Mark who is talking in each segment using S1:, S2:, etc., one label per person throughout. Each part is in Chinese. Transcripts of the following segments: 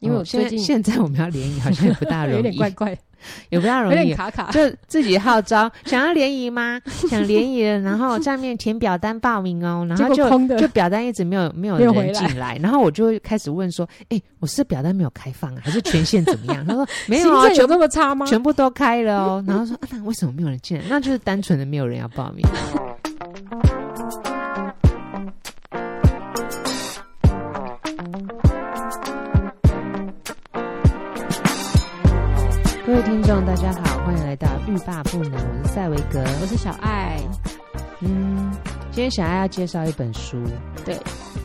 S1: 因为
S2: 哦
S1: 我
S2: 现
S1: 最
S2: 在
S1: 近、
S2: 现在我们要联谊好像也不大 容
S1: 有点
S2: 易，
S1: 怪怪，
S2: 也不大
S1: 有
S2: 容易
S1: 点，卡卡。
S2: 就自己号召想要联谊吗？想联谊了，然后上面填表单报名哦，然
S1: 结
S2: 后
S1: 果
S2: 就
S1: 空的
S2: 就表单一直没有没有
S1: 没有
S2: 人
S1: 回来
S2: 进来，然后我就会开始问说，哎、我是表单没有开放、啊，还是权限怎么 样？他说没有
S1: 行
S2: 啊，
S1: 政
S2: 全
S1: 有这么差吗？
S2: 全部都开了哦， 然后说、啊、那为什么没有人进来？那就是单纯的没有人要报名。各位听众，大家好，欢迎来到欲罢不能，我是赛维格。
S1: 我是小爱，
S2: 嗯，今天小爱要介绍一本书，
S1: 对，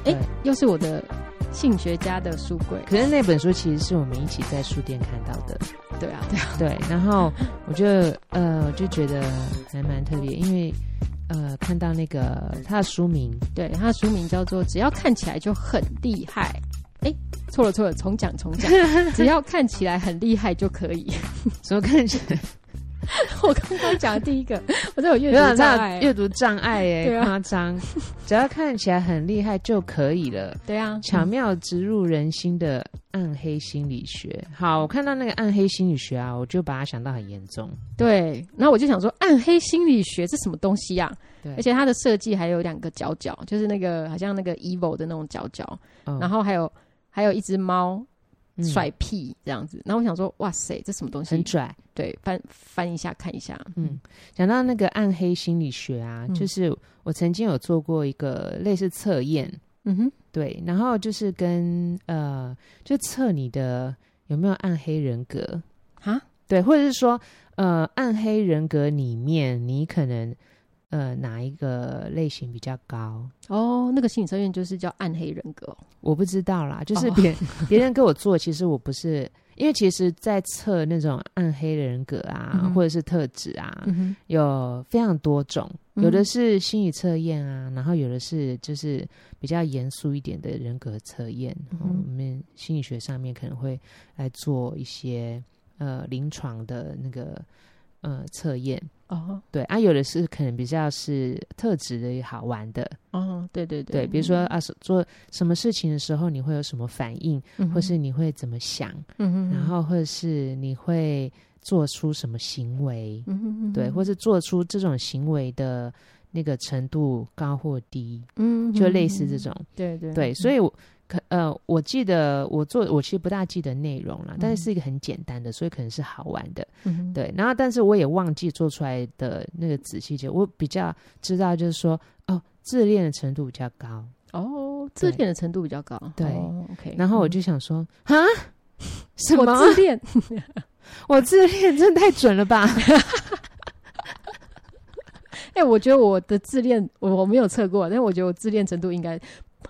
S2: 对
S1: 哎，又是我的性学家的书柜。
S2: 可是那本书其实是我们一起在书店看到的。
S1: 对啊，对啊，
S2: 对，然后我就呃，我就觉得还蛮特别，因为呃，看到那个他的书名，
S1: 对，它的书名叫做《只要看起来就很厉害》。哎，错了错了，重讲重 讲，只要看起来很厉害就可以。
S2: 怎么看起来
S1: 我刚刚讲的第一个，我都有阅
S2: 有点
S1: 读障
S2: 像
S1: 碍。
S2: 阅读障碍
S1: 对
S2: 哎，
S1: 啊
S2: 夸张，只要看起来很厉害就可以了。
S1: 对啊，
S2: 巧妙植入人心的暗黑心理学。好，我看到那个暗黑心理学啊，我就把它想到很严重。
S1: 对，然后我就想说，暗黑心理学是什么东西啊？
S2: 对
S1: 而且它的设计还有两个角角，就是那个好像那个 evil 的那种角角，
S2: 嗯
S1: 然后还有还有一只猫
S2: 嗯
S1: 甩屁这样子。然后我想说，哇塞，这什么东西
S2: 很？拽，
S1: 对，翻翻一下看一下。
S2: 嗯，讲到那个暗黑心理学啊，
S1: 嗯
S2: 就是我曾经有做过一个类似测验，
S1: 嗯哼，
S2: 对，然后就是跟呃，就测你的有没有暗黑人格，
S1: 啊，
S2: 对，或者是说呃，暗黑人格里面你可能呃哪一个类型比较高，
S1: 哦，那个心理测验就是叫暗黑人格哦、
S2: 我不知道啦，就是
S1: 哦
S2: 别别、人给我做，其实我不是。因为其实，在测那种暗黑人格啊，
S1: 嗯哼
S2: 或者是特质啊，
S1: 嗯哼，
S2: 有非常多种，
S1: 嗯
S2: 有的是心理测验啊，然后有的是就是比较严肃一点的人格测验。
S1: 嗯
S2: 哦
S1: 哼
S2: 我们心理学上面可能会来做一些呃临床的那个呃测验，
S1: 哦
S2: 对啊，有的是可能比较是特质的好玩的，
S1: 哦，对对对，
S2: 对，比如说啊做什么事情的时候你会有什么反应，
S1: 嗯哼，
S2: 或是你会怎么想，
S1: 嗯哼，
S2: 然后或者是你会做出什么行为，
S1: 嗯哼嗯哼
S2: 对，或是做出这种行为的那个程度高或低，
S1: 嗯哼嗯
S2: 就类似这，种。
S1: 对对
S2: 对，所以我可呃，我记得我做，我其实不大记得内容了，但
S1: 嗯
S2: 是是一个很简单的，所以可能是好玩的。
S1: 以、嗯哼、
S2: 对，然后但是我也忘记做出来的那个仔细节，我比较知道就是说，哦，自恋的程度比较高。
S1: 哦，自
S2: 对
S1: 恋的程度比较高。
S2: 对
S1: 哦，OK。
S2: 然后我
S1: 嗯
S2: 就想说，啊、 什么
S1: 我
S2: 啊？
S1: 自恋，
S2: 我自恋真的太准了吧？
S1: 哎、我觉得我的自恋，我我没有测过，但我觉得我自恋程度应该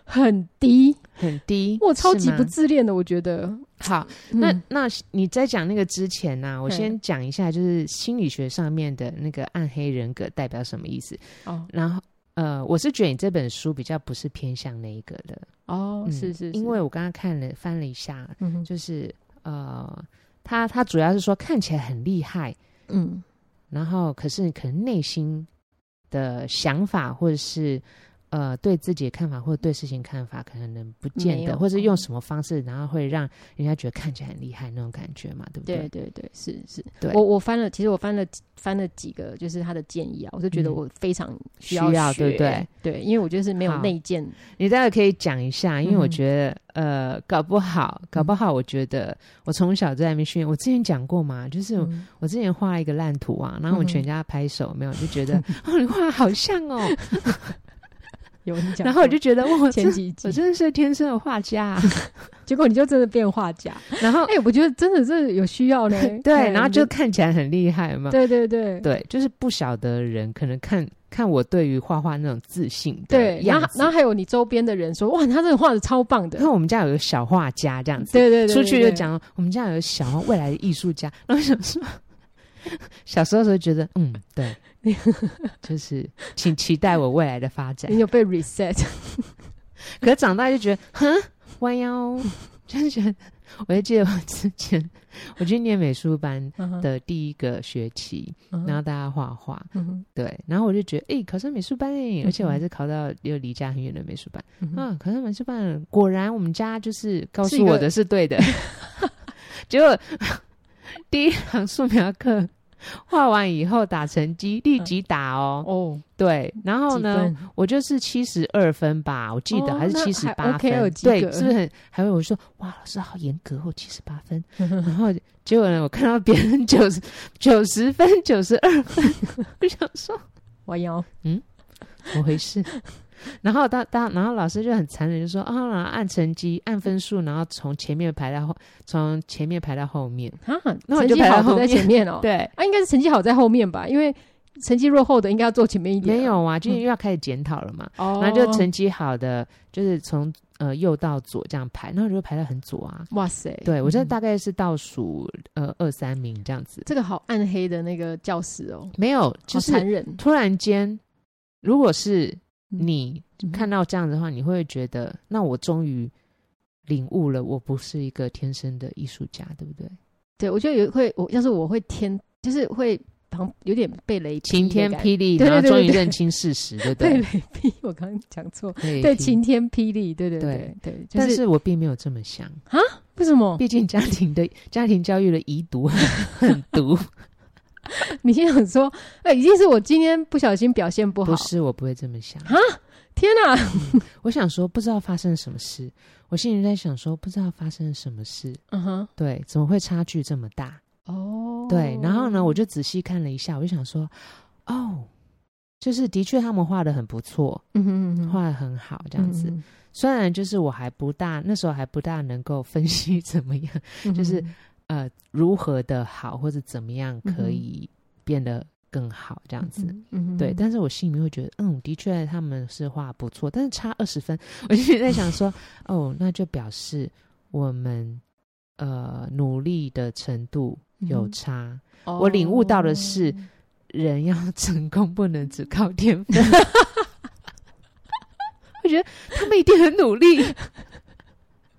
S1: 很低，
S2: 很低，
S1: 我超级
S2: 是吗
S1: 不自恋的，我觉得。
S2: 好。
S1: 嗯
S2: 那那你在讲那个之前呢、我
S1: 对
S2: 先讲一下，就是心理学上面的那个暗黑人格代表什么意思。
S1: 哦
S2: 然后，呃，我是觉得你这本书比较不是偏向那一个的，
S1: 哦、
S2: 嗯
S1: 是是是，
S2: 因为我刚刚看了翻了一下，
S1: 嗯哼
S2: 就是呃，他他主要是说看起来很厉害，
S1: 嗯
S2: 然后可是可能内心的想法或者是。呃，对自己的看法或者对事情看法，可能不见
S1: 没
S2: 得，
S1: 有
S2: 或是用
S1: 嗯
S2: 什么方式，然后会让人家觉得看起来很厉害那种感觉嘛，对不
S1: 对对对是是，
S2: 对
S1: 我我翻了，其实我翻了翻了几个，就是他的建议啊，我就觉得
S2: 嗯
S1: 我非常需
S2: 需
S1: 要
S2: 要
S1: 学
S2: 对不对？
S1: 对，因为我就是没有
S2: 好
S1: 内建，
S2: 你待会可以讲一下，因为我
S1: 嗯
S2: 觉得、呃，搞不好，搞不好，我觉得我从小在那边训练，我之前讲过嘛，就是
S1: 嗯
S2: 我之前画了一个烂图啊，然后我们全家拍手，没有就觉
S1: 嗯
S2: 得 哦，你画的好像哦，
S1: 有你讲过，
S2: 然后我就觉得哇，我
S1: 前
S2: 真
S1: 几集
S2: 我，真的是天生的画家、 啊，
S1: 结果你就真的变画 家，
S2: 然后，
S1: 哎、我觉得真的是有需要呢
S2: 对，然后
S1: 你
S2: 就看起来很厉害嘛，
S1: 对对对
S2: 对，就是不晓得的人可能看看我对于画画那种自信的
S1: 对，然
S2: 样
S1: 后
S2: 子，
S1: 然后还有你周边的人说，哇，他这个画的超棒的
S2: 然，后我们家有个小画家这样子，
S1: 对对对，
S2: 出去就
S1: 对，
S2: 讲我们家有小未来的艺术家，然后想说，小时候的时候觉得，嗯， 对，就是请期待我未来的发展
S1: 对。你有被 reset，
S2: 可是长大就觉得，哼，弯腰，就是觉得，我就记得我之前我去念美术班的第一个学期，然后大家画画，
S1: 嗯
S2: 对，然后我就觉得，哎、考上美术班哎、
S1: 嗯
S2: 而且我还是考到又离家很远的美术班，
S1: 哼，
S2: 啊，考上美术班，果然我们家就是告
S1: 是
S2: 诉
S1: 一个
S2: 我的是对的， 结果第一堂素描课画完以后打成绩，立即打哦。
S1: 哦，
S2: 对，然后
S1: 几
S2: 呢，
S1: 分？
S2: 我就是七十二分吧，我记得、
S1: 哦
S2: 还是
S1: 那
S2: 七十
S1: 还
S2: 八
S1: OK，
S2: 分，
S1: 有及
S2: 对
S1: 格，
S2: 是不是很？还会我说哇，老师好严格哦，七十八分。然后结果呢，我看到别人九十九十分、九十二分， 我想说
S1: 我要
S2: 怎么回事？ 然后当当，然后老师就很残忍，就说啊，然后按成绩、按分数，然后从前面排到后，从前面排到后面。
S1: 啊，
S2: 那我
S1: 成
S2: 就
S1: 绩
S2: 排在
S1: 好的
S2: 后
S1: 在
S2: 面
S1: 前面哦。
S2: 对，
S1: 啊，应该是成绩好在后面吧，因为成绩落后的应该要坐前面一点。
S2: 没，有啊，就又要开始检讨了嘛。
S1: 嗯哦，
S2: 然后就成绩好的，就是从呃右到左这样排，那我就排到很左啊。
S1: 哇塞，
S2: 对我现在
S1: 嗯
S2: 大概是倒数呃二三名这样子，
S1: 这个好暗黑的那个教室哦，
S2: 没有，就
S1: 好
S2: 是
S1: 残忍。
S2: 突然间，如果是
S1: 嗯
S2: 你看到这样的话，你会觉得，那我终于领悟了，我不是一个天生的艺术家，对不对？
S1: 对，我觉得有会，我要是我会天，就是会好像有点被雷劈
S2: 晴
S1: 的
S2: 天
S1: 感
S2: 霹雳，
S1: 对
S2: 然后
S1: 对对
S2: 终于
S1: 对
S2: 认清事实，对不
S1: 对
S2: 对？
S1: 雷劈，我刚刚讲错，
S2: 对
S1: 对
S2: 霹
S1: 晴天霹雳，对对
S2: 对
S1: 对对，就
S2: 但
S1: 是哦
S2: 是我并没有这么想，
S1: 为什么？
S2: 毕竟家 庭的家庭教育的遗毒很毒，
S1: 你心想说，哎，一定是我今天不小心表现不好
S2: 不。是我不会这么想。
S1: 天哪，
S2: 我想说，不知道发生什么事，我心里在想说，不知道发生什么事，
S1: 嗯哼，
S2: 对，怎么会差距这么大？
S1: 哦，
S2: 对，然后呢，我就仔细看了一下，我就想说，哦，就是的确他们画的很不错，
S1: 嗯哼，嗯哼嗯
S2: 画的很好，这样子。，虽然就是我还不大，那时候还不大能够分析 怎么样，
S1: 嗯
S2: 就是
S1: 嗯
S2: 呃，如何的好，或者怎么样可以变得更好，这样子。
S1: 嗯嗯
S2: 对，但是我心里面会觉得，嗯，的确他们是画不错，但是差二十分，我就在想说，哦，那就表示我们呃努力的程度有
S1: 嗯
S2: 差，我领悟到的是
S1: 哦
S2: 人要 成功不能只靠天分。我觉得他们一定很努力，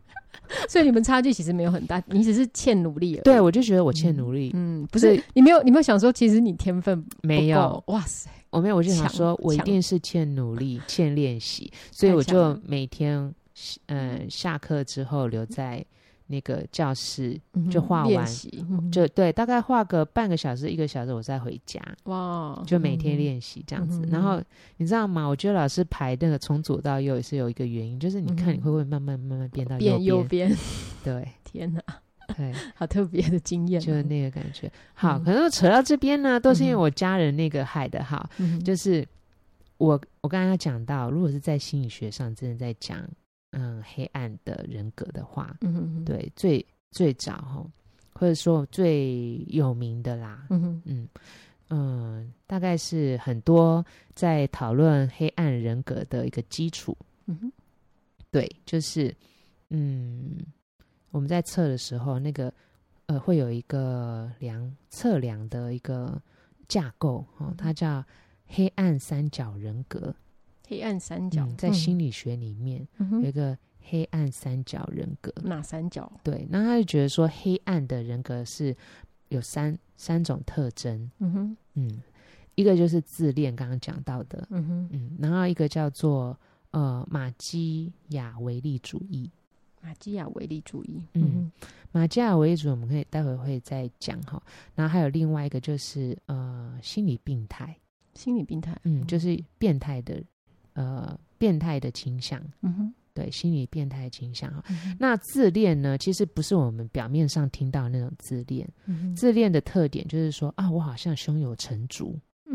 S1: 所以你们差距其实没有很大，你只是欠努力而已。
S2: 对我就觉得我欠努力，
S1: 嗯，不
S2: 所
S1: 是
S2: 以
S1: 你没有，你没有想说，其实你天分不
S2: 没有，
S1: 够，哇塞，
S2: 我没有，我就想
S1: 强
S2: 说我一
S1: 强
S2: 定是欠努力、欠练习，所以
S1: 太
S2: 我
S1: 强
S2: 就
S1: 了
S2: 每天嗯、呃下课之后留在那个教室，就
S1: 嗯
S2: 画
S1: 练
S2: 完
S1: 习嗯
S2: 就对，大概画个半个小时、一个小时，我再回家，
S1: 哇，
S2: 就每
S1: 嗯
S2: 天练习这样子
S1: 嗯。哼
S2: 然后你知道吗？我觉得老师排那个从左到右也是有一个原因，就是你看你
S1: 嗯哼
S2: 会不会慢慢慢慢变到
S1: 嗯变右
S2: 右边，
S1: 边，
S2: 对。
S1: 天哪，
S2: 对，
S1: 好特别的经验哦，
S2: 就那个感觉。好，
S1: 嗯
S2: 可是扯到这边呢，都是因为
S1: 嗯
S2: 我家人那个害的哈，
S1: 嗯
S2: 就是我我刚刚讲到，如果是在心理学上真的在讲嗯黑暗的人格的话，
S1: 嗯哼，
S2: 对，最最早哈，或者说最有名的啦，
S1: 嗯哼
S2: 嗯嗯，大概是很多在讨论黑暗人格的一个基础。
S1: 嗯哼，
S2: 对，就是嗯，我们在测的时候，那个呃，会有一个量测量的一个架构哦，它叫黑暗三角人格。
S1: 黑暗三角
S2: 嗯在心理学里面、
S1: 嗯
S2: 有
S1: 哼
S2: 一个黑暗三角人格。
S1: 哪三角？
S2: 对，那他就觉得说，黑暗的人格是有三三种特征。
S1: 嗯哼，
S2: 嗯，一个就是自恋，刚刚讲到的。
S1: 嗯哼，
S2: 嗯，然后一个叫做呃马基雅维利主义。
S1: 马基亚维利主义，
S2: 嗯马基尔为主，我们可以待会会再讲哈。然后还有另外一个就是呃心理病态，
S1: 哼，心理病态，
S2: 嗯，就是变态的呃变态的倾向，
S1: 嗯哼，
S2: 对心理变态倾向哈。
S1: 嗯哼
S2: 那自恋呢，其实不是我们表面上听到的那种自恋，
S1: 嗯哼
S2: 自恋的特点就是说啊，我好像胸有成竹，
S1: 嗯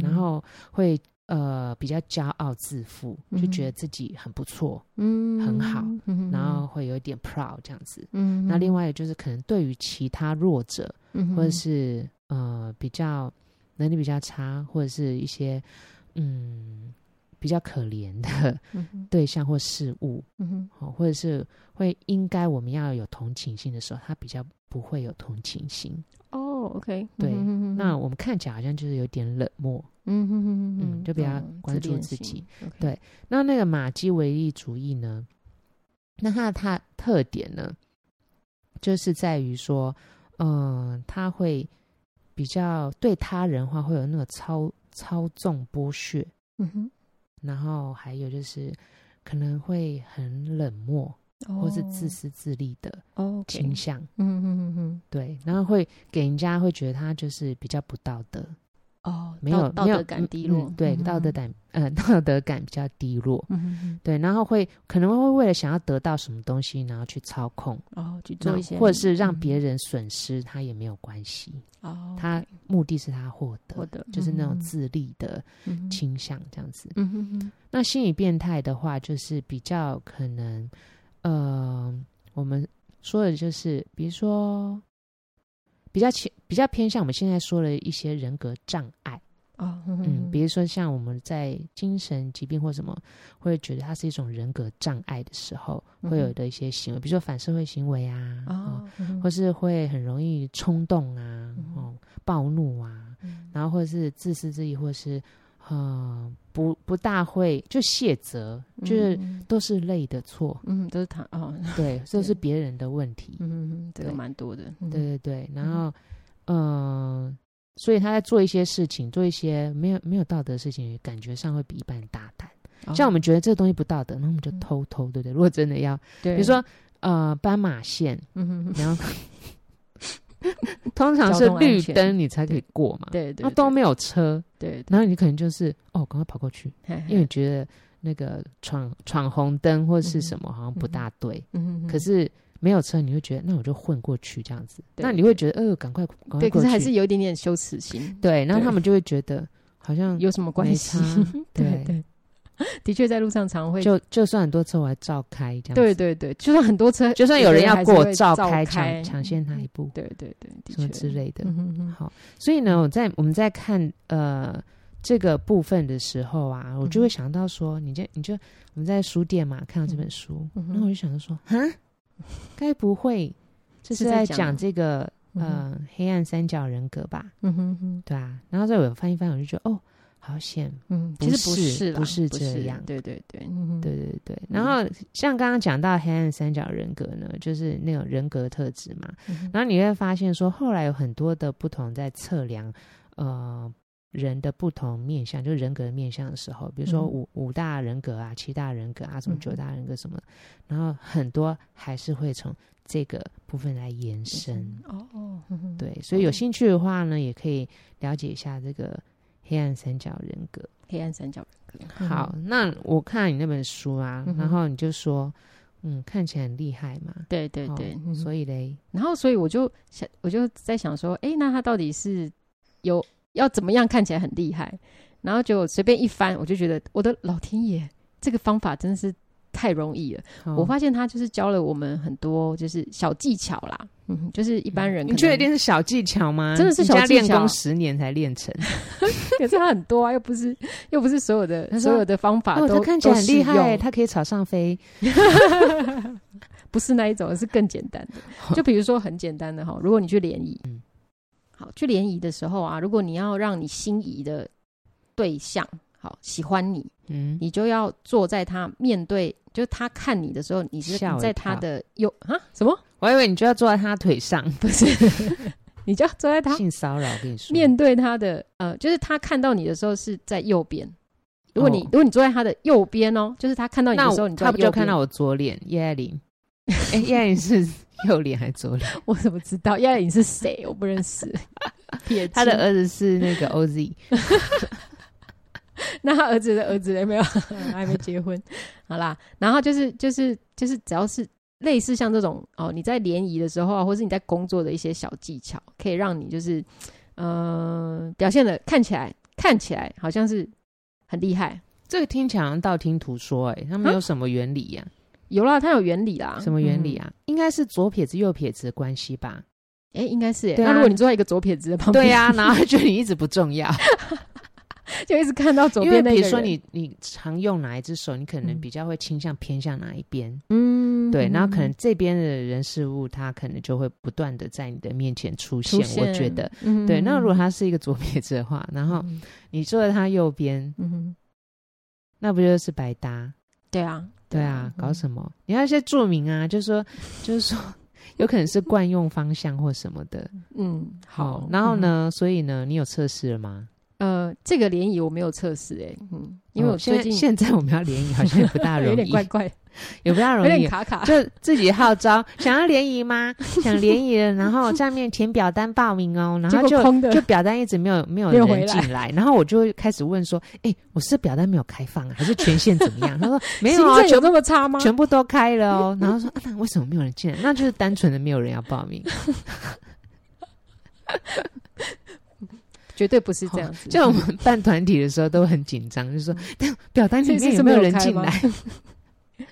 S1: 哼
S2: 然后会呃比较骄傲自负，就
S1: 嗯
S2: 觉得自己很不错，
S1: 嗯
S2: 很好，
S1: 嗯哼
S2: 然后会有一点 proud 这样子。
S1: 嗯哼，
S2: 那另外一个就是可能对于其他弱者。
S1: 嗯哼
S2: 或者是呃比较能力比较差，或者是一些嗯比较可怜的
S1: 嗯哼
S2: 对象或事物，
S1: 嗯哼
S2: 哦，或者是会应该我们要有同情心的时候，他比较不会有同情心。
S1: 哦，OK，
S2: 对
S1: 嗯哼
S2: 那我们看起来好像就是有点冷漠。
S1: 嗯哼哼
S2: 嗯就比较关注自己，
S1: 嗯
S2: 对那那个马基维利主义呢？那它的它特点呢，就是在于说，嗯、他会比较对他人的话会有那个操操纵剥削，
S1: 自恋型，OK，嗯哼，
S2: 然后还有就是可能会很冷漠，或是自私自利的
S1: 哦，OK
S2: 倾向。
S1: 嗯嗯嗯嗯，
S2: 对，然后会给人家会觉得他就是比较不道德，
S1: 哦，
S2: 没有
S1: 道
S2: 没
S1: 道
S2: 有
S1: 德感低
S2: 嗯
S1: 落，
S2: 嗯对，
S1: 嗯
S2: 道德，感呃 道德感比较低落，
S1: 嗯嗯
S2: 对，然后会可能会为了想要得到什么东西，然后去操控，
S1: 嗯，哦，去做
S2: 那
S1: 一些，嗯
S2: 或者是让别
S1: 人
S2: 人损失，他也没有关系，
S1: 哦，
S2: 他目的是他获
S1: 获
S2: 得，
S1: 得
S2: 就是那种自利的
S1: 嗯
S2: 倾向这样子。
S1: 嗯嗯嗯
S2: 那心理变态的话，就是比较可能，呃，我们说的就是，比如说，比较偏比较偏向我们现在说的一些人格障碍，
S1: 哦，
S2: 嗯，
S1: 嗯，
S2: 比如说像我们在精神疾病或什么，会觉得它是一种人格障碍的时候，
S1: 嗯哼
S2: 会有的一些行为，比如说反社会行为啊，哦，
S1: 哦，嗯
S2: 或是会很容易冲动啊
S1: 嗯，哼
S2: 哦，暴怒啊，
S1: 嗯
S2: 然后或者是自私自利，或是呃不不大会就卸责，就是
S1: 嗯
S2: 都是累的 错，
S1: 嗯，都是他哦，
S2: 对，这是别人的问题，
S1: 嗯，这个
S2: 对
S1: 蛮多的，嗯
S2: 对，对对，然后嗯、呃所以他在做一些事情，做一些没有没有道德的事情，感觉上会比一般人大胆。
S1: 哦
S2: 像我们觉得这个东西不道德，那我们就
S1: 嗯
S2: 偷偷，对不对？如果真的要，
S1: 对，
S2: 比如说呃斑马线，
S1: 嗯，嗯 嗯
S2: 然后通常是
S1: 交通安
S2: 绿
S1: 全
S2: 灯你才可以过嘛，
S1: 对对
S2: 那，都没有车，
S1: 对，对
S2: 然后你可能就是哦，赶快跑过去，
S1: 嘿嘿
S2: 因为你觉得那个闯闯红灯或是
S1: 嗯
S2: 什么好像不
S1: 嗯
S2: 大对，
S1: 嗯，嗯
S2: 可是没有车，你会觉得那我就混过去这样子，
S1: 对
S2: 那你会觉得呃，赶快赶快
S1: 对，可
S2: 过
S1: 是还
S2: 去，
S1: 是有一点点羞耻心，
S2: 对，然后
S1: 对
S2: 他们就会觉得好像
S1: 有什么关
S2: 没
S1: 系
S2: 差？
S1: 对
S2: 对
S1: 对，的确在路上常会，
S2: 就就算很多车我还照开这样子，
S1: 对对对，就算很多车，
S2: 就算有人要
S1: 我觉得
S2: 过
S1: 还是会
S2: 照
S1: 照
S2: 开
S1: 开
S2: 抢抢先他一步
S1: 对对对，的
S2: 什么
S1: 确
S2: 之类的，
S1: 嗯嗯嗯
S2: 好，所以呢，我在我们在看呃这个部分的时候啊，我就会想到说，你就你就我们在书店嘛看到这本书，
S1: 嗯嗯哼
S2: 然后我就想着说，哈，该不会 这
S1: 是
S2: 是
S1: 在
S2: 在
S1: 讲
S2: 讲这个
S1: 嗯哼
S2: 呃黑暗三角人格吧？
S1: 嗯哼哼，
S2: 对啊，然后再我翻一翻，我就觉得哦，好险，
S1: 嗯，
S2: 不
S1: 其实不
S2: 是
S1: 是啦，
S2: 不是这
S1: 这
S2: 样
S1: 对对对，嗯，
S2: 对对对。然后像刚刚讲到黑暗三角人格呢，就是那种人格特质嘛，
S1: 嗯
S2: 然后你会发现说，后来有很多的不同在测量，呃，人的不同面相，就是人格的面相的时候，比如说
S1: 嗯
S2: 五、五大人格啊、七大人格啊、什么
S1: 嗯
S2: 九大人格什么，然后很多还是会从这个部分来延伸。
S1: 哦哦，嗯哼，
S2: 对，所以有
S1: 哦
S2: 兴趣的话呢，也可以了解一下这个黑暗三角人格。
S1: 黑暗三角人格，
S2: 好
S1: 嗯，，
S2: 那我看你那本书啊，
S1: 嗯哼
S2: 然后你就说，嗯，看起来很厉害嘛，
S1: 对对
S2: 哦
S1: 对，嗯
S2: 所以嘞，
S1: 然后所以我就想，我就在想说，诶，那他到底是有要怎么样看起来很厉害？然后就随便一翻，我就觉得我的老天爷，这个方法真是太容易了。我
S2: 哦
S1: 发现他就是教了我们很多就是小技巧啦，嗯，就是一般人可
S2: 你确
S1: 能
S2: 定是小技巧吗？
S1: 真的是小技巧
S2: 人家练功十年才练成，
S1: 可是他很多啊，又不是又不是所有的
S2: 他
S1: 所
S2: 说
S1: 有的方法
S2: 哦，
S1: 都、
S2: 他看起来很厉
S1: 都适
S2: 害，
S1: 用
S2: 他可以朝上飞。
S1: 不是那一种，是更简单 的。就比如说很简单的哈，如果你去联谊，
S2: 嗯
S1: 好，去联谊的时候啊，如果你要让你心仪的对象好喜欢你，
S2: 嗯，
S1: 你就要坐在他面对，就是他看你的时候，你是
S2: 吓我一跳
S1: 你在他的右啊什么？
S2: 我以为你就要坐在他腿上，
S1: 不 是，你就要坐在他
S2: 性骚扰，我跟你说。
S1: 面对他的呃，就是他看到你的时候是在右边。如果你、
S2: 哦
S1: 如果你坐在他的右边哦，就是他看到你
S2: 那
S1: 的时候，
S2: 我
S1: 你
S2: 他不就看到
S1: 我？
S2: 我左脸叶爱玲？ 哎，叶爱玲是 右脸还是左脸？
S1: 我怎么知道？亚你是谁？我不认识。 撇清
S2: 他的儿子是那个 OZ，
S1: 那他儿子的儿子嘞没有， 还没结婚。好啦，然后就是就是就是，只要是类似像这种哦，你在联谊的时候啊，或是你在工作的一些小技巧，可以让你就是呃表现的看起来看起来好像是很厉害。
S2: 这个听起来好像道听途说，哎，他们有什么原理呀？
S1: 有啦，它有原理啦。
S2: 什么原理
S1: 啊？
S2: 啊？应该是左撇子右撇子的关系吧？
S1: 哎、应该是耶、
S2: 对啊
S1: 那如果你坐在一个左撇子的旁边，
S2: 对，呀，然后他觉得你一直不重 要。
S1: 就一直看到左
S2: 因
S1: 边
S2: 为
S1: 那个
S2: 比如说
S1: 人，
S2: 你你常用哪一只手，你可能
S1: 嗯
S2: 比较会倾向偏向哪一边，
S1: 嗯
S2: 对，然后可能这边的人事物，它可能就会不断的在你的面前出现。
S1: 出现，
S2: 我觉得，
S1: 嗯，
S2: 对。那如果他是一个左撇子的话，然后
S1: 嗯
S2: 你坐在他右边，
S1: 嗯哼，
S2: 那不就是白搭？
S1: 对啊，
S2: 对啊，搞
S1: 么？
S2: 什么？你要先注明啊，就是说， 就是说，有可能是惯用方向或什么的。
S1: 嗯，好
S2: 哦，然后
S1: 嗯
S2: 呢，所以呢，你有测试了吗？
S1: 呃，这个联谊我没有测试哎，嗯，因为
S2: 哦
S1: 我
S2: 现
S1: 最
S2: 在
S1: 近
S2: 现在我们要联谊好像也不大 容
S1: 有点
S2: 易，
S1: 怪怪，
S2: 也不大
S1: 有
S2: 容易啊
S1: 点。卡卡。
S2: 就自己号召，想要联谊吗？想联谊了，然后上面填表单报名哦，然
S1: 结
S2: 后
S1: 果
S2: 就
S1: 空的
S2: 就表单一直没有没有
S1: 没有回
S2: 人进来，然后我就会开始问说，哎、我是表单没有开放啊，还是权限怎么样？他说没有啊，
S1: 行政
S2: 全
S1: 有
S2: 部
S1: 这么差吗？
S2: 全部都开了哦，然后说啊，那为什么没有人进来？那就是单纯的没有人要报名，
S1: 绝对不是这样子，
S2: 哦就我们办团体的时候都很紧张，就说但表单里
S1: 这次
S2: 面
S1: 是
S2: 有没
S1: 有
S2: 人
S1: 开
S2: 进
S1: 吗
S2: 来？？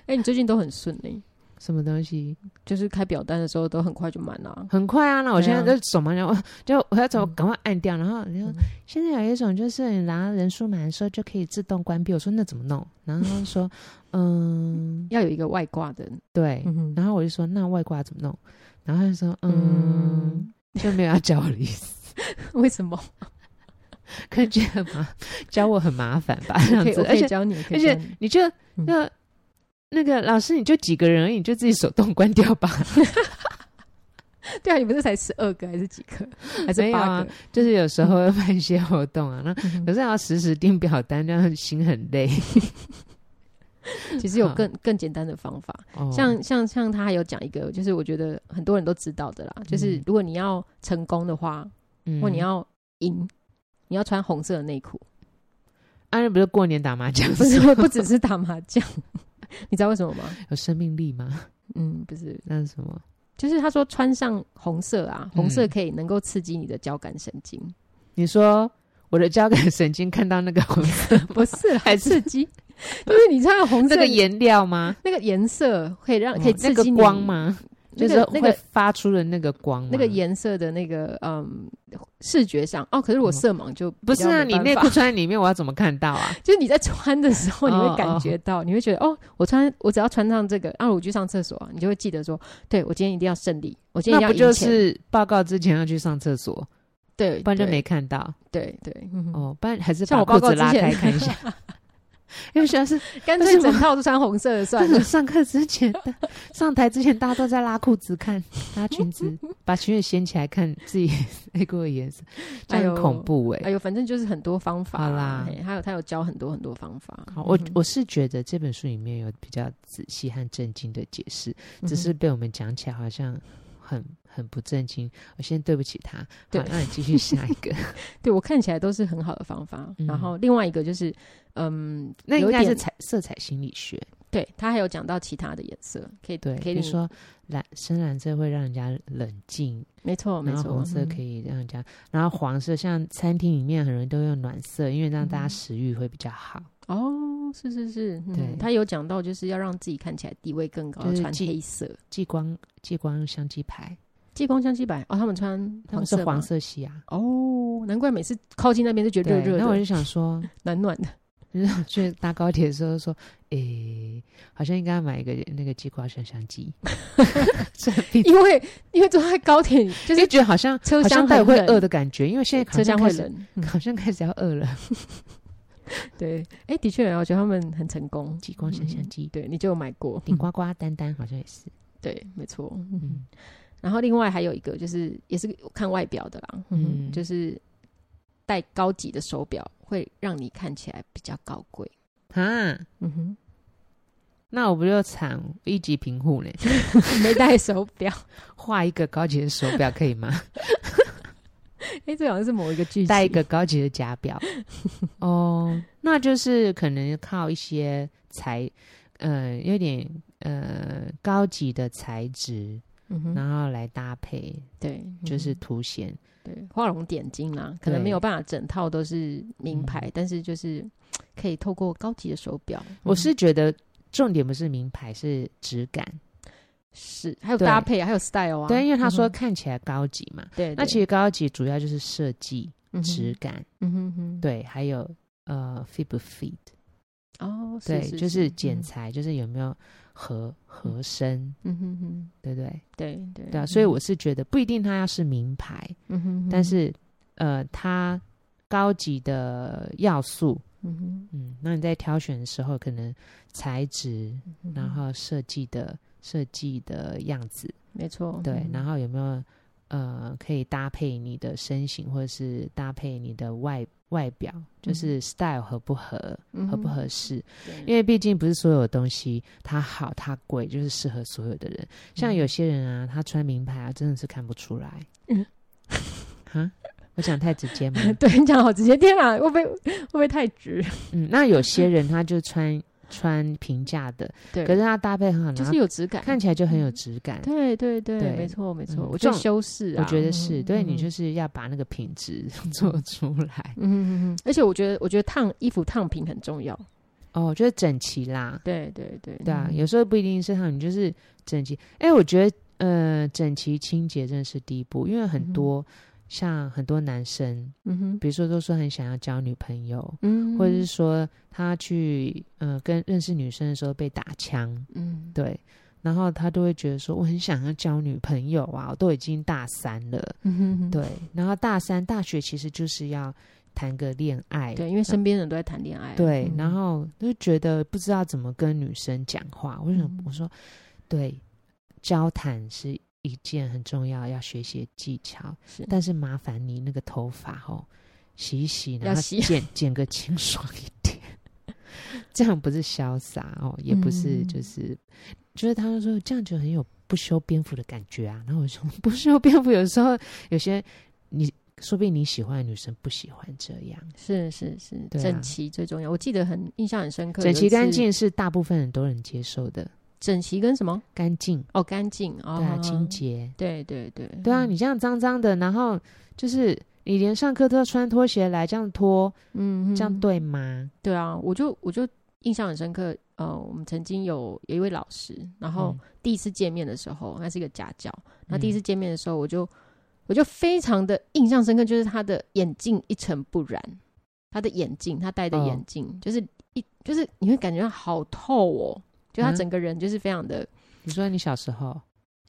S1: 哎，你最近都很顺利，
S2: 什么东西？
S1: 就是开表单的时候都很快就满了啊。
S2: 很快啊！那我现在
S1: 对
S2: 就手忙脚乱，就我要怎么
S1: 嗯
S2: 赶快按掉？然后你说、
S1: 嗯
S2: 现在有一种就是你拿人数满的时候就可以自动关闭。我说那怎么弄？然后他就 说嗯
S1: 要有一个外挂的，
S2: 对，
S1: 嗯哼，
S2: 然后我就说那外挂怎么弄？然后他就说嗯
S1: 嗯
S2: 就没有要教我的意思，
S1: 为什么？
S2: 可能觉得很 麻教我很麻烦吧这
S1: 我
S2: 样
S1: 可以，
S2: 子，
S1: 我可
S2: 而
S1: 以
S2: 且
S1: 教你，我可
S2: 而
S1: 以
S2: 且
S1: 教你
S2: 你就
S1: 嗯
S2: 那、那个老师你就几个人而已，你就自己手动关掉吧。
S1: 对啊，你不是才十二个还是几个？还
S2: 没
S1: 是
S2: 有
S1: 八
S2: 啊
S1: 个？
S2: 就是有时候会办一些活 动啊，那
S1: 嗯
S2: 可是要时时订表单，这样心 很累。
S1: 其实有
S2: 好
S1: 更更简单的方法，
S2: 哦
S1: 像像像他还有讲一个，就是我觉得很多人都知道的啦，就是
S2: 嗯
S1: 如果你要成功的话，
S2: 嗯
S1: 或你要赢，你要穿红色的内裤，
S2: 安啊瑞不是过年打麻将，
S1: 不是不只是打麻将， 你知道为什么吗？
S2: 有生命力吗？
S1: 嗯，不是，
S2: 那是什么？
S1: 就是他说穿上红色啊，红色
S2: 嗯
S1: 可以能够刺激你的交感神经，
S2: 你说我的交感神经看 到那个红色
S1: 不是啦
S2: 还是
S1: 刺激，就是你穿红色
S2: 那个颜料吗？
S1: 那个颜色可以 让可以
S2: 哦那
S1: 刺
S2: 个
S1: 激你
S2: 光？吗？
S1: 那
S2: 就
S1: 个
S2: 是
S1: 那
S2: 会嗯
S1: 个
S2: 发出的那个光吗，
S1: 那个颜色的那个嗯视觉上哦，可是我
S2: 哦
S1: 色盲就比
S2: 不是
S1: 较没
S2: 啊？你
S1: 办
S2: 内
S1: 法
S2: 裤穿在里面，我要怎么看到啊？
S1: 就是你在穿的时候，你
S2: 哦
S1: 会感觉到，你会觉得哦，我穿我只要穿上这个，啊，我去上厕所啊，你就会记得说，对我今天一定要胜利，我 今天一定
S2: 那
S1: 要
S2: 不
S1: 赢钱，
S2: 就是报告之前要去上厕所，
S1: 对，
S2: 不然就
S1: 对
S2: 没看到
S1: 对对，嗯哼
S2: 哦。不然还是
S1: 像
S2: 把
S1: 我报
S2: 裤
S1: 告
S2: 子
S1: 之
S2: 拉
S1: 前
S2: 开看一下。 因为实在是
S1: 干
S2: 但是
S1: 脆
S2: 我
S1: 整套都穿红色的算
S2: 但
S1: 了
S2: 是。上课之前，大上台之前，大家都在拉裤子看， 拉裙子，把裙子掀起来看自己 内裤的颜色，这
S1: 哎
S2: 样
S1: 呦
S2: 很恐怖哎、
S1: 哎呦，反正就是很多方法
S2: 好啦
S1: 嘿还有他有教很多很多方法。
S2: 好，我
S1: 嗯哼
S2: 我是觉得这本书里面有比较仔细和正经的解释，只是被我们讲起来好像很很不正经。我先对不起他，
S1: 对
S2: 好，那你继续下一个。
S1: 对我看起来都是很好的方法。
S2: 嗯
S1: 然后另外一个就是，嗯，
S2: 那应
S1: 有一
S2: 该是
S1: 点
S2: 彩色彩心理学，
S1: 对他还有讲到其他的颜色，可以
S2: 对，
S1: 可
S2: 比
S1: 以
S2: 如
S1: 你，
S2: 说蓝深蓝色会让人家冷静，
S1: 没错哦没
S2: 然后
S1: 错，嗯
S2: 红色可
S1: 以，
S2: 以让人家，然后黄色像餐厅里面很容易都用暖色，因为让
S1: 嗯
S2: 大家食欲会比较好，
S1: 哦，是是是，嗯
S2: 对
S1: 他有讲到就是要让自己看起来地位更高，
S2: 就是
S1: 穿
S2: 记
S1: 黑色。
S2: 激光激光香鸡排，
S1: 激光相机白哦，他们穿
S2: 他
S1: 黄
S2: 们是
S1: 色
S2: 黄
S1: 吗
S2: 色系啊。
S1: 哦，难怪每次靠近那边就觉得热
S2: 对，
S1: 热
S2: 那我
S1: 的、
S2: 就想说，
S1: 暖暖的。
S2: 就是 去搭高铁的时候说，诶，好像应该买一个那个激光香 香机，这比
S1: 因为因为坐在高铁就
S2: 就是
S1: 是
S2: 觉得好 像
S1: 车
S2: 好像
S1: 厢
S2: 待
S1: 很
S2: 会
S1: 冷
S2: 饿的感觉，因为现在好
S1: 车
S2: 像
S1: 厢
S2: 开
S1: 会
S2: 始
S1: 冷，嗯
S2: 好像开始要饿了，
S1: 对，哎、的确，我觉得他们很成功。
S2: 激光香香
S1: 嗯
S2: 机，
S1: 对，你就有买过，
S2: 顶呱呱丹丹好像也是，
S1: 对，没错。
S2: 嗯
S1: 然后另外还有一个就是也是看外表的啦，
S2: 嗯
S1: 嗯，就是戴高级的手表会让你看起来比较高贵。
S2: 啊，
S1: 嗯哼，
S2: 那我不就惨一级贫户呢？
S1: 没戴手表，
S2: 画一个高级的手表可以 吗？
S1: 哎、这好像是某一个剧情。
S2: 戴一个高级的假 表，哦，那就是可能靠一些材，呃，有点呃高级的材质，
S1: 嗯哼，
S2: 然后来搭配，
S1: 对，
S2: 就是凸显。
S1: 对，画龙点睛啦，可能
S2: 对
S1: 没有办法整套都是名牌，但是就是嘖可以透过高级的手表，
S2: 我
S1: 嗯
S2: 是觉得重点不是名牌，是质感。
S1: 是还有
S2: 对
S1: 搭配，还有 style 啊，
S2: 对，因为他说
S1: 嗯哼
S2: 看起来高级嘛，
S1: 对，
S2: 那其实高级主要就是设计、
S1: 值，
S2: 质感，
S1: 嗯哼哼，
S2: 对，还有呃 fit 不 fit。
S1: 哦，是
S2: 对，
S1: 是
S2: 就是剪，
S1: 嗯
S2: 裁，就是有没有合合身，
S1: 嗯哼哼，
S2: 对不对？
S1: 对对
S2: 对啊，所以我，是觉得不一定它要是名牌，
S1: 嗯哼哼，
S2: 但是呃，它高级的要素，
S1: 嗯哼，
S2: 嗯，那你在挑选的时候，可能材质，
S1: 嗯哼
S2: 然后设计的设计的样子，
S1: 没错，
S2: 对，
S1: 嗯
S2: 然后有没有呃，可以搭配你的身形，或者是搭配你的外外表，就
S1: 嗯
S2: 是 style 合不合，
S1: 嗯
S2: 合不
S1: 哼
S2: 合适。
S1: 对
S2: 因为毕竟不是所有东西它好它贵，就是适合所有的人。像
S1: 嗯
S2: 有些人啊，他穿名牌啊，真的是看不出来。
S1: 嗯
S2: 嗯，哈，我讲太直 接吗？
S1: 对你讲得好直接，天哪，会不会会不会太直？
S2: 嗯，那有些人他就穿穿平价的，
S1: 对，
S2: 可是他搭配很好，
S1: 就是
S2: 然后
S1: 有质感，
S2: 看起来就很有质感。
S1: 对对对，
S2: 对
S1: 没错没错，
S2: 嗯
S1: 我觉得
S2: 这种
S1: 修饰啊，
S2: 我觉得是，
S1: 嗯
S2: 对你
S1: 嗯
S2: 就是要把那个品质 做出来
S1: 嗯嗯嗯嗯，而且我觉得我觉得烫衣服烫平很重要，
S2: 哦，就是整齐啦，
S1: 对对对，
S2: 对啊，
S1: 嗯
S2: 有时候不一定是他，你就是整齐。哎，我觉得呃，整齐清洁真的是第一步，因为
S1: 嗯
S2: 很
S1: 哼
S2: 多、像很多男生，
S1: 嗯哼
S2: 比如说都说很想要交女朋友，
S1: 嗯，
S2: 或者是说他去呃跟认识女生的时候被打枪，
S1: 嗯
S2: 对，然后他都会觉得说我很想要交女朋友啊，我都已经大三了，
S1: 嗯哼哼
S2: 对，然后大三大学其实就是要谈个恋爱，
S1: 对，因为身边人都在谈恋爱啊，
S2: 对
S1: 嗯，
S2: 然后就觉得不知道怎么跟女生讲话，为什么
S1: 嗯
S2: 我说对，交谈是一件很重要要学习的技巧，
S1: 是
S2: 但是麻烦你那个头发哦，洗一洗，然
S1: 要
S2: 后
S1: 洗
S2: 剪剪个清爽一点， 这样不是潇洒哦，也不是
S1: 嗯
S2: 就是，就是他们说这样就很有不修边幅的感觉啊。然后我说不修边幅，有时候有些你说不定你喜欢的女生不喜欢这样，
S1: 是是是，
S2: 对啊
S1: 整齐最重要。我记得很印象很深刻，
S2: 整齐
S1: 有一次
S2: 干，净是大部分很多人接受的，
S1: 整齐跟什么？
S2: 干净
S1: 哦，干净
S2: 对
S1: 哦，
S2: 啊，
S1: 嗯
S2: 清，洁
S1: 对对对，
S2: 对啊，你这样脏脏的，然后就是你连上课都要穿拖鞋来这样拖，
S1: 嗯，嗯
S2: 这样
S1: 嗯
S2: 对吗？
S1: 对啊，我就我就印象很深刻。呃，我们曾经有有一位老师，然后
S2: 嗯
S1: 第一次见面的时候，那是一个家教。那
S2: 嗯
S1: 第一次见面的时候，我就我就非常的印象深刻，就是他的眼镜一尘不染，他的眼镜，他戴的
S2: 哦
S1: 眼镜，就是一就是你会感觉到好透哦，就他
S2: 嗯
S1: 整个人就是非常的，
S2: 你说你小时候，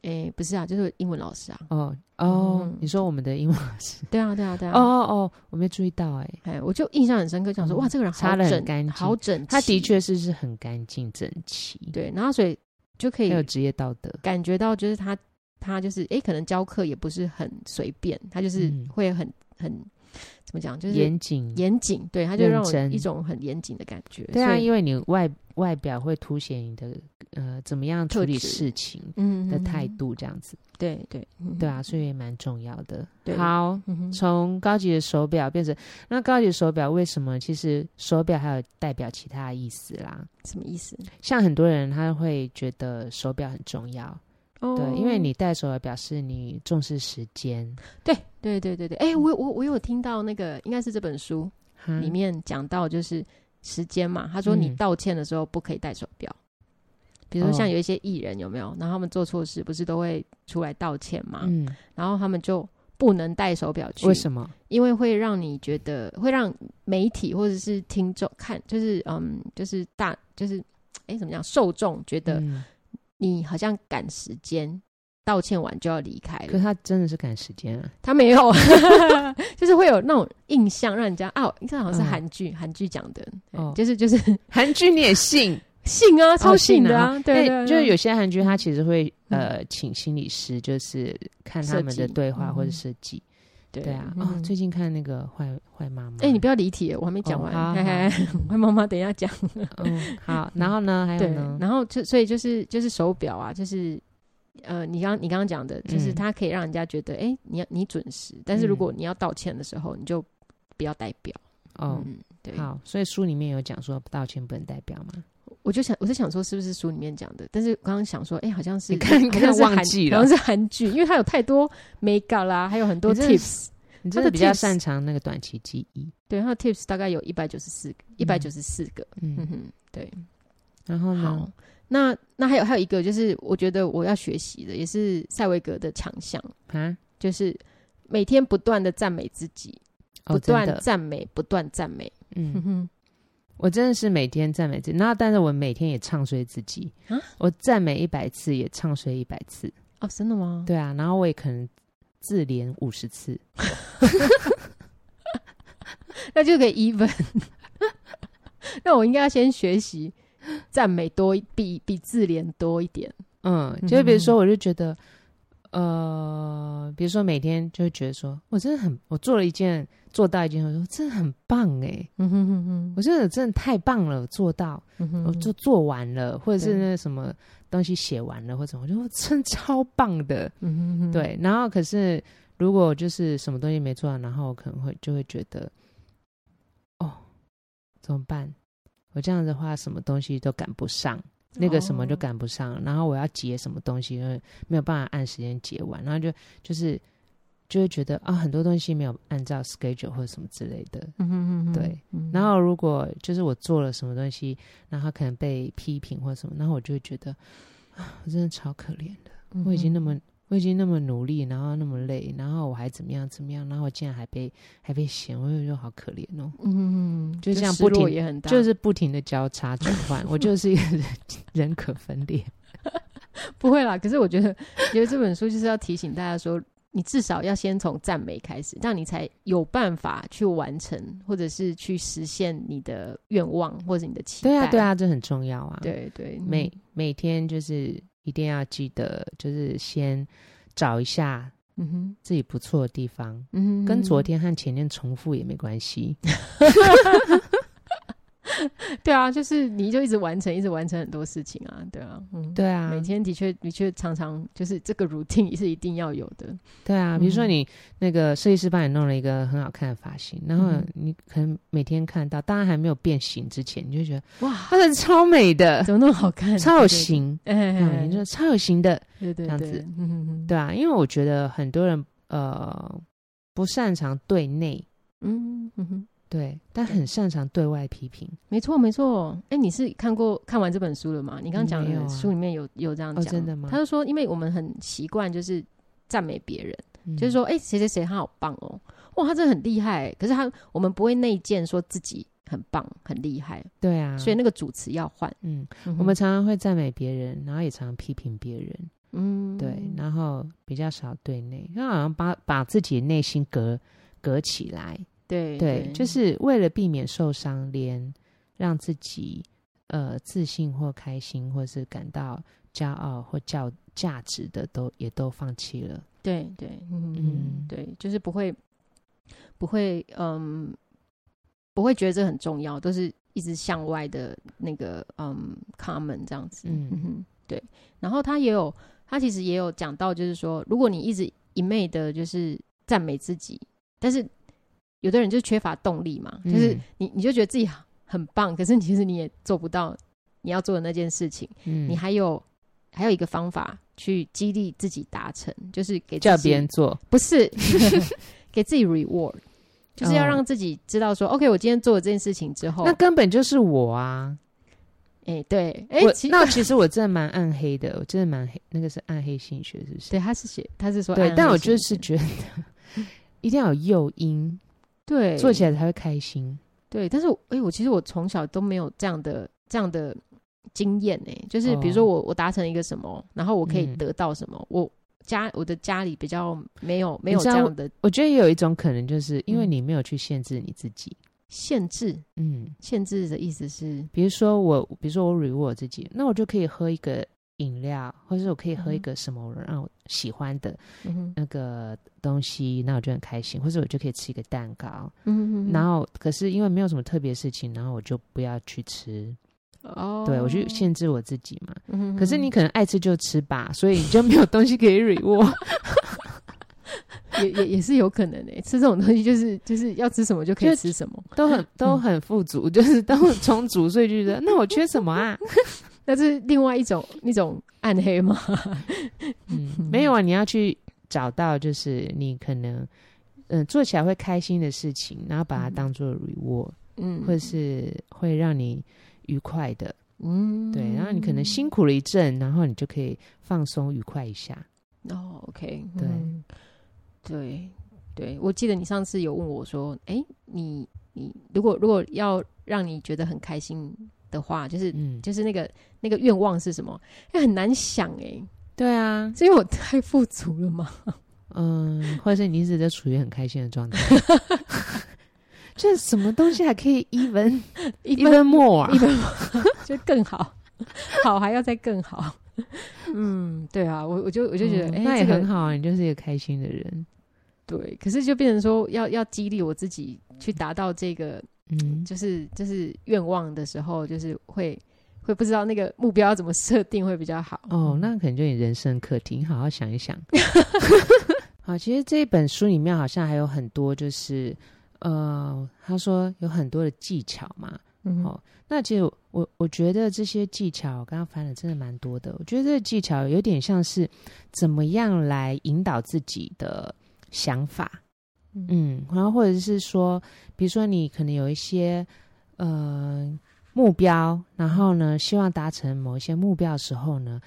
S1: 诶、不是啊，就是英文老师 啊，
S2: 哦哦，
S1: 嗯
S2: 你说我们的英文老师，
S1: 对啊，对啊，对
S2: 哦
S1: 啊，
S2: 哦哦，我没注意到哎、
S1: 哎，我就印象很深刻，想说、
S2: 嗯
S1: 哇，这个人
S2: 擦
S1: 好
S2: 得很
S1: 整，
S2: 干净
S1: 好整齐，
S2: 他的确是是很干净整齐，，
S1: 对，然后所以就可以
S2: 很有职业道德，
S1: 感觉到就是他他就是诶，可能教课也不是很随便，他就是
S2: 嗯
S1: 会很、很怎么讲，就是
S2: 严谨，
S1: 严谨，对，他就让我
S2: 认真
S1: 一种很严谨的感觉。
S2: 对啊，
S1: 所以
S2: 因为你外外表会凸显你的呃怎么样处
S1: 特
S2: 理
S1: 质
S2: 事情
S1: 嗯
S2: 的态，
S1: 嗯
S2: 度这样子，
S1: 嗯对对
S2: 对啊，，所以也蛮重要的
S1: 对。
S2: 好，
S1: 嗯哼
S2: 从高级的手表变成那高级的手表，为什么？其实手表还有代表其他的意思啦。
S1: 什么意思？
S2: 像很多人他会觉得手表很重要，
S1: 哦
S2: 对，因为你戴手表表示你重视时间，
S1: 对对对对对，诶，
S2: 嗯
S1: 我我我有听到那个应该是这本书
S2: 哈
S1: 里面讲到就是时间嘛，他说你
S2: 嗯
S1: 道歉的时候不可以戴手表。比如说，像
S2: 哦
S1: 有一些艺人有没有？然后他们做错事，不是都会出来道歉嘛？
S2: 嗯，
S1: 然后他们就不能戴手表去，
S2: 为什么？
S1: 因为会让你觉得会让媒体或者是听众看，就是嗯，就是大就是哎怎么讲，受众觉得
S2: 嗯
S1: 你好像赶时间，道歉完就要离开
S2: 可是
S1: 了。
S2: 他真的是赶时间啊，
S1: 他没 有， 就是会有那种印象，让人家啊，你看好像是
S2: 嗯
S1: 韩剧，韩剧讲的，对
S2: 哦
S1: 就是 就是
S2: 韩剧你也信？
S1: 信啊，超
S2: 信
S1: 信的
S2: 啊
S1: 啊， 对
S2: 因
S1: 对，
S2: 为就是
S1: 对嗯
S2: 有些韩剧他其实会呃请心理师，就是看他们
S1: 设
S2: 的
S1: 计
S2: 对话
S1: 嗯
S2: 或者设计，对啊。哦，最近看那个坏坏妈妈，
S1: 哎，嗯你不要离题，我还没讲
S2: 哦
S1: 完
S2: 好，
S1: 嘿嘿嘿 我妈妈等一下讲。
S2: 嗯 好，然后呢，还有
S1: 对
S2: 呢，，
S1: 然后就所以就是就是手表啊，就是呃，你刚你刚刚讲的，就是
S2: 嗯
S1: 它可以让人家觉得，哎、你你准时，但是如果你要道歉的时候，你就不要戴表。
S2: 哦。
S1: 嗯，对。
S2: 好，所以书里面有讲说道歉不能代表吗？
S1: 我就想，我是想说是不是书里面讲的，但是刚刚想说，哎、好像是
S2: 你
S1: 好
S2: 看
S1: 像
S2: 看
S1: 是韩
S2: 忘记了
S1: 好像是韩剧，因为它有太多 make up 啦，还有很多
S2: 你真的
S1: tips，
S2: 你
S1: 他
S2: 真
S1: 的
S2: 的比较
S1: tips-
S2: 擅长那个短期记忆，
S1: 对，它的 tips 大概有一百九十四个，一百九十四个，嗯
S2: 嗯，
S1: 哼，对。
S2: 然后呢
S1: 好，，那那还有还有一个就是，我觉得我要学习的也是塞维格的强项，
S2: 啊，
S1: 就是每天不断的赞美自己，
S2: 哦
S1: 不
S2: 真
S1: 断
S2: 的
S1: 赞美，不断赞美。
S2: 嗯
S1: 嗯，哼，
S2: 我真的是每天赞美自己，然后但是我每天也唱衰自己
S1: 啊
S2: 我赞美一百次也唱衰一百次，
S1: 哦，真的吗？
S2: 对啊，然后我也可能自怜五十次，
S1: 那就可以 even。那我应该要先学习赞美多一，比比自怜多一点。
S2: 嗯
S1: 嗯，
S2: 就比如说我就觉得，呃，比如说每天就会觉得说，我真的很，我做了一件，做到一件，我说真的很棒哎、
S1: 嗯哼哼哼
S2: 我真的真的太棒了，我做到，
S1: 嗯哼
S2: 我
S1: 哼
S2: 就做完了，或者是
S1: 对
S2: 那什么东西写完了或者什么，我就说真超棒的，
S1: 嗯哼哼，
S2: 对。然后可是如果就是什么东西没做完，然后我可能会就会觉得，哦，怎么办？我这样的话，什么东西都赶不上，那个什么就
S1: 哦
S2: 赶不上，然后我要结什么东西，因为没有办法按时间结完，然后就就是就会觉得啊，很多东西没有按照 schedule 或者什么之类的。
S1: 嗯哼哼哼，
S2: 对
S1: 嗯，
S2: 然后如果就是我做了什么东西，然后可能被批评或什么，然后我就会觉得啊，我真的超可怜的，
S1: 嗯哼
S2: 我已经那么。我已经那么努力，然后那么累，然后我还怎么样怎么样，然后我竟然还被还被嫌，我就觉得好可怜哦。
S1: 嗯哼哼哼，
S2: 就这样
S1: 失
S2: 不停
S1: 落也很大，
S2: 就是不停的交叉转换，我就是一个 人人格分裂。
S1: 不会啦。可是我觉得，觉得这本书就是要提醒大家说，你至少要先从赞美开始，这样你才有办法去完成，或者是去实现你的愿望或者你的期待。
S2: 对啊，对，啊，这很重要啊。，
S1: 对对，嗯
S2: 每、每天就是一定要记得，就是先找一下
S1: 嗯哼，
S2: 自己不错的地方，
S1: 嗯哼，
S2: 跟昨天和前天重复也没关系。
S1: 对啊，就是你就一直完成，一直完成很多事情啊，对啊，嗯，
S2: 对啊
S1: 每，天的确的确常常就是这个 routine 是一定要有的，
S2: 对啊。比如说
S1: 嗯
S2: 你那个设计师帮你弄了一个很好看的发型，然后
S1: 嗯
S2: 你可能每天看到，当然还没有变形之前，你就觉得
S1: 哇，
S2: 它真的超美的，
S1: 怎么那么好看，
S2: 呃超有，型。
S1: 对对
S2: 嗯，
S1: 哎
S2: 你，说超有型的，
S1: 对对
S2: 这样
S1: 对
S2: 子，
S1: 嗯哼哼，
S2: 对啊，因为我觉得很多人呃不擅长对内，
S1: 嗯嗯哼。
S2: 对，但很擅长对外批评。
S1: 没错，没错。哎、你是看过看完这本书了吗？你刚刚讲
S2: 没有啊
S1: 的书里面有有这样
S2: 哦
S1: 讲、
S2: 真的吗
S1: 他就说，因为我们很习惯就是赞美别人，
S2: 嗯
S1: 就是说，哎、谁谁谁他好棒哦，哇，他真的很厉害。可是他我们不会内建说自己很棒很厉害，
S2: 对啊，
S1: 所以那个主词要换。
S2: 嗯，
S1: 嗯哼
S2: 我们常常会赞美别人，然后也常常批评别人，
S1: 嗯，
S2: 对，然后比较少对内，那好像把把自己内心隔隔起来，
S1: 对
S2: 对，就是为了避免受伤，连让自己呃自信或开心，或是感到骄傲或较价值的都也都放弃了，
S1: 对对，嗯
S2: 嗯
S1: 嗯，对，就是不会不会嗯不会觉得这很重要，都是一直向外的那个嗯 common 这样子，
S2: 嗯
S1: 嗯哼，对。然后他也有他其实也有讲到，就是说，如果你一直一昧的就是赞美自己，但是有的人就缺乏动力嘛，就是
S2: 嗯
S1: 你你就觉得自己很棒，可是其实你也做不到你要做的那件事情。
S2: 嗯
S1: 你还有还有一个方法去激励自己达成，就是给
S2: 叫
S1: 自己
S2: 别人做，
S1: 不是 给自己 reward，就是要
S2: 哦
S1: 让自己知道说、o k 我今天做了这件事情之后，
S2: 那根本就是我啊，
S1: 哎、对，哎、
S2: 我
S1: 其实
S2: 那其实我真的蛮暗黑的，我真的蛮黑，那个是暗黑心理学，是不是？
S1: 对他是写他是说
S2: 对，
S1: 暗
S2: 但
S1: 黑
S2: 我
S1: 心
S2: 就
S1: 理
S2: 是
S1: 学
S2: 觉得 一定要有诱因，
S1: 对
S2: 做起来才会开心。
S1: 对，但是我哎、我其实我从小都没有这样的这样的经验哎、就是比如说
S2: 哦
S1: 我我达成一个什么，然后我可以
S2: 嗯
S1: 得到什么，我。家我的家里比较没有没
S2: 你
S1: 有
S2: 知
S1: 这
S2: 道
S1: 样的
S2: 我觉得有一种可能，就是因为
S1: 嗯
S2: 你没有去限制你自己。
S1: 限制，
S2: 嗯，
S1: 限制的意思是
S2: 比如说我，比如说我 reward 我自己，那我就可以喝一个饮料，或者是我可以喝一
S1: 嗯
S2: 个什么让我喜欢的
S1: 嗯哼
S2: 那个东西，那我就很开心，或者我就可以吃一个蛋糕。
S1: 嗯
S2: 然后，可是因为没有什么特别事情，然后我就不要去吃，
S1: 哦，
S2: 对我就限制我自己嘛。
S1: 嗯哼哼，
S2: 可是你可能爱吃就吃吧，所以你就没有东西可以 reward。
S1: 也也也是有可能诶、欸吃这种东西就是就是要吃什么就可以
S2: 就
S1: 吃什么，
S2: 都很都
S1: 嗯
S2: 很富足， 就是都很充足，所以就觉得那我缺什么啊？
S1: 那是另外一种一种暗黑嘛。
S2: 嗯，没有啊，你要去找到就是你可能嗯、呃做起来会开心的事情，然后把它
S1: 嗯
S2: 当做 reward，、
S1: 嗯，
S2: 或者是会让你愉快的，
S1: 嗯，
S2: 对，然后你可能辛苦了一阵，然后你就可以放松愉快一下。
S1: 哦，OK，
S2: 对
S1: 嗯对对，我记得你上次有问我说，诶，你你如果如果要让你觉得很开心的话，就是。
S2: 嗯，
S1: 就是那个那个愿望是什么？哎、很难想哎、
S2: 对啊，
S1: 是因为我太富足了吗？
S2: 嗯，或者是你一直都处于很开心的 状态。这什么东西还可以 even
S1: 一般
S2: even more 啊？
S1: 就更好，好还要再更好。 嗯，对啊，我我就我就觉得，
S2: 嗯
S1: 哎、
S2: 那也
S1: 这个
S2: 很好啊，你就是一个开心的人。
S1: 对，可是就变成说要要激励我自己去达到这个，
S2: 嗯，
S1: 就是就是愿望的时候，就是会会不知道那个目标要怎么设定会比较好。
S2: 哦，那可能就你人生课题，你好好想一想。好，其实这本书里面好像还有很多，就是呃，他说有很多的技巧嘛。
S1: 嗯
S2: 好那其实我我我觉得这些技巧，我刚刚翻了真的蛮多的。我觉得这个技巧有点像是怎么样来引导自己的想法，
S1: 嗯
S2: 嗯，然后或者是说，比如说你可能有一些呃目标，然后
S1: 嗯
S2: 呢，希望达成某一些目标的时候呢，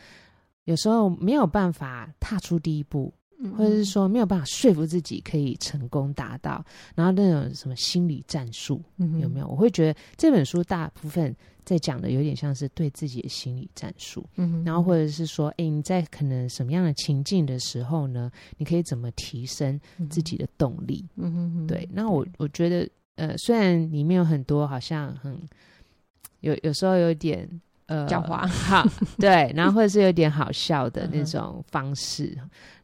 S2: 有时候没有办法踏出第一步，
S1: 嗯
S2: 或者是说没有办法说服自己可以成功达到，然后那种什么心理战术有没
S1: 有？
S2: 有？我会觉得这本书大部分在讲的有点像是对自己的心理战术。
S1: 嗯哼
S2: 然后或者是说，哎，你在可能什么样的情境的时候呢，你可以怎么提升自己，的动力？
S1: 嗯哼嗯哼
S2: 对，那我我觉得，呃，虽然里面有很多好像很有有时候有点呃
S1: 狡猾
S2: 好，对，然后或者是有点好笑的那
S1: 嗯哼
S2: 种方式，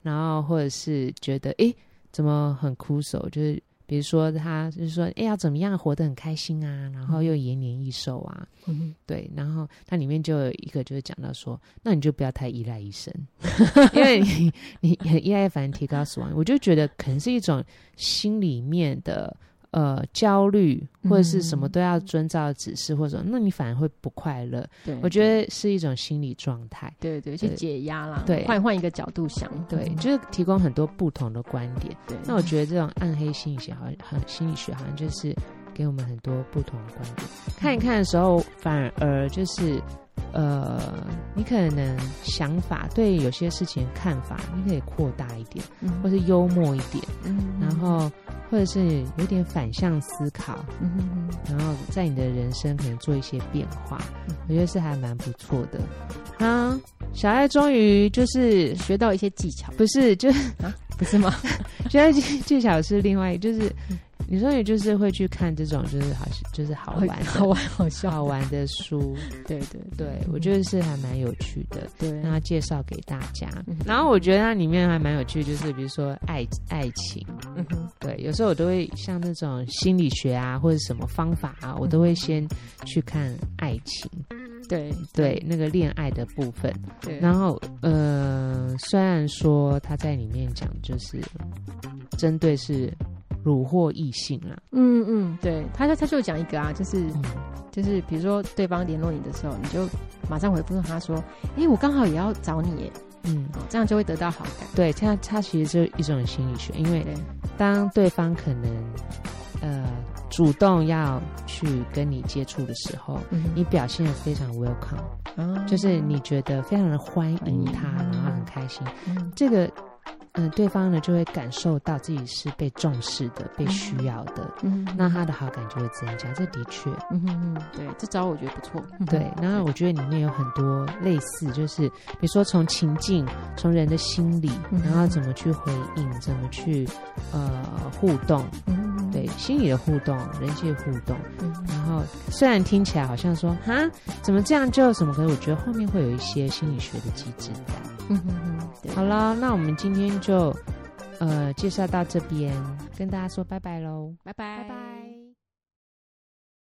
S2: 然后或者是觉得诶怎么很枯手，就是比如说他就是说诶要怎么样活得很开心啊，然后又延年益寿啊，
S1: 嗯哼
S2: 对，然后它里面就有一个就是讲到说，那你就不要太依赖 医生，因为你你很依赖，反正提高死亡率，我就觉得可能是一种心里面的呃焦虑，或者是什么
S1: 嗯
S2: 都要遵照指示，或者说那你反而会不快乐。
S1: 对，
S2: 我觉得是一种心理状态。
S1: 对对，去
S2: 对
S1: 解压啦，
S2: 对
S1: 换换一个角度想，
S2: 对，就是提供很多不同的观点。
S1: 对，
S2: 那我觉得这种暗黑心理学好像，很心理学好像就是给我们很多不同的观点。看一看的时候，反而就是呃，你可能想法对有些事情的看法，你可以扩大一点，
S1: 嗯
S2: 或是幽默一点，
S1: 嗯
S2: 然后或者是有点反向思考，
S1: 嗯哼
S2: 然后在你的人生可能做一些变化
S1: 嗯，
S2: 我觉得是还蛮不错的。啊，小爱终于就是
S1: 学到一些技巧，
S2: 不是就
S1: 不是吗？
S2: 觉得技技巧是另外一，就是你说你就是会去看这种，就是好就是好玩
S1: 好
S2: 的
S1: 玩好笑，嗯
S2: 好玩的书，
S1: 对对
S2: 对我觉得是还蛮有趣的，
S1: 嗯对，
S2: 那介绍给大家
S1: 嗯。
S2: 然后我觉得它里面还蛮有趣，就是比如说爱爱情，
S1: 嗯哼
S2: 对，有时候我都会像那种心理学啊或者什么方法啊，我都会先去看爱情，
S1: 对
S2: 对那个恋爱的部分。
S1: 对，
S2: 然后，呃，虽然说他在里面讲就是针对是虏获异性啊啦，
S1: 嗯嗯，对，他就他就讲一个啊，就是
S2: 嗯，
S1: 就是比如说对方联络你的时候，你就马上回复他说，诶，我刚好也要找你耶，
S2: 嗯
S1: 哦这样就会得到好感，
S2: 对，他他其实就是一种心理学，因为
S1: 对，
S2: 当对方可能呃主动要去跟你接触的时候，
S1: 嗯
S2: 你表现的非常 welcome，
S1: 啊
S2: 就是你觉得非常的欢迎他，
S1: 嗯
S2: 然后很开心，
S1: 嗯
S2: 这个。嗯，对方呢就会感受到自己是被重视的、被需要的，
S1: 嗯，
S2: 那他的好感就会增加。这的确，
S1: 嗯哼嗯，对，这招我觉得不错，嗯哼
S2: 对，然后我觉得里面有很多类似，就是比如说从情境、从人的心理，
S1: 嗯
S2: 然后怎么去回应，怎么去呃互动，
S1: 嗯
S2: 对，心理的互动、人际的互动。
S1: 嗯
S2: 然后虽然听起来好像说哈怎么这样就什么，可是我觉得后面会有一些心理学的机制在。
S1: 嗯哼嗯，对
S2: 好，了，那我们今天就呃介绍到这边，跟大家说拜拜喽，
S1: 拜拜
S2: 拜拜。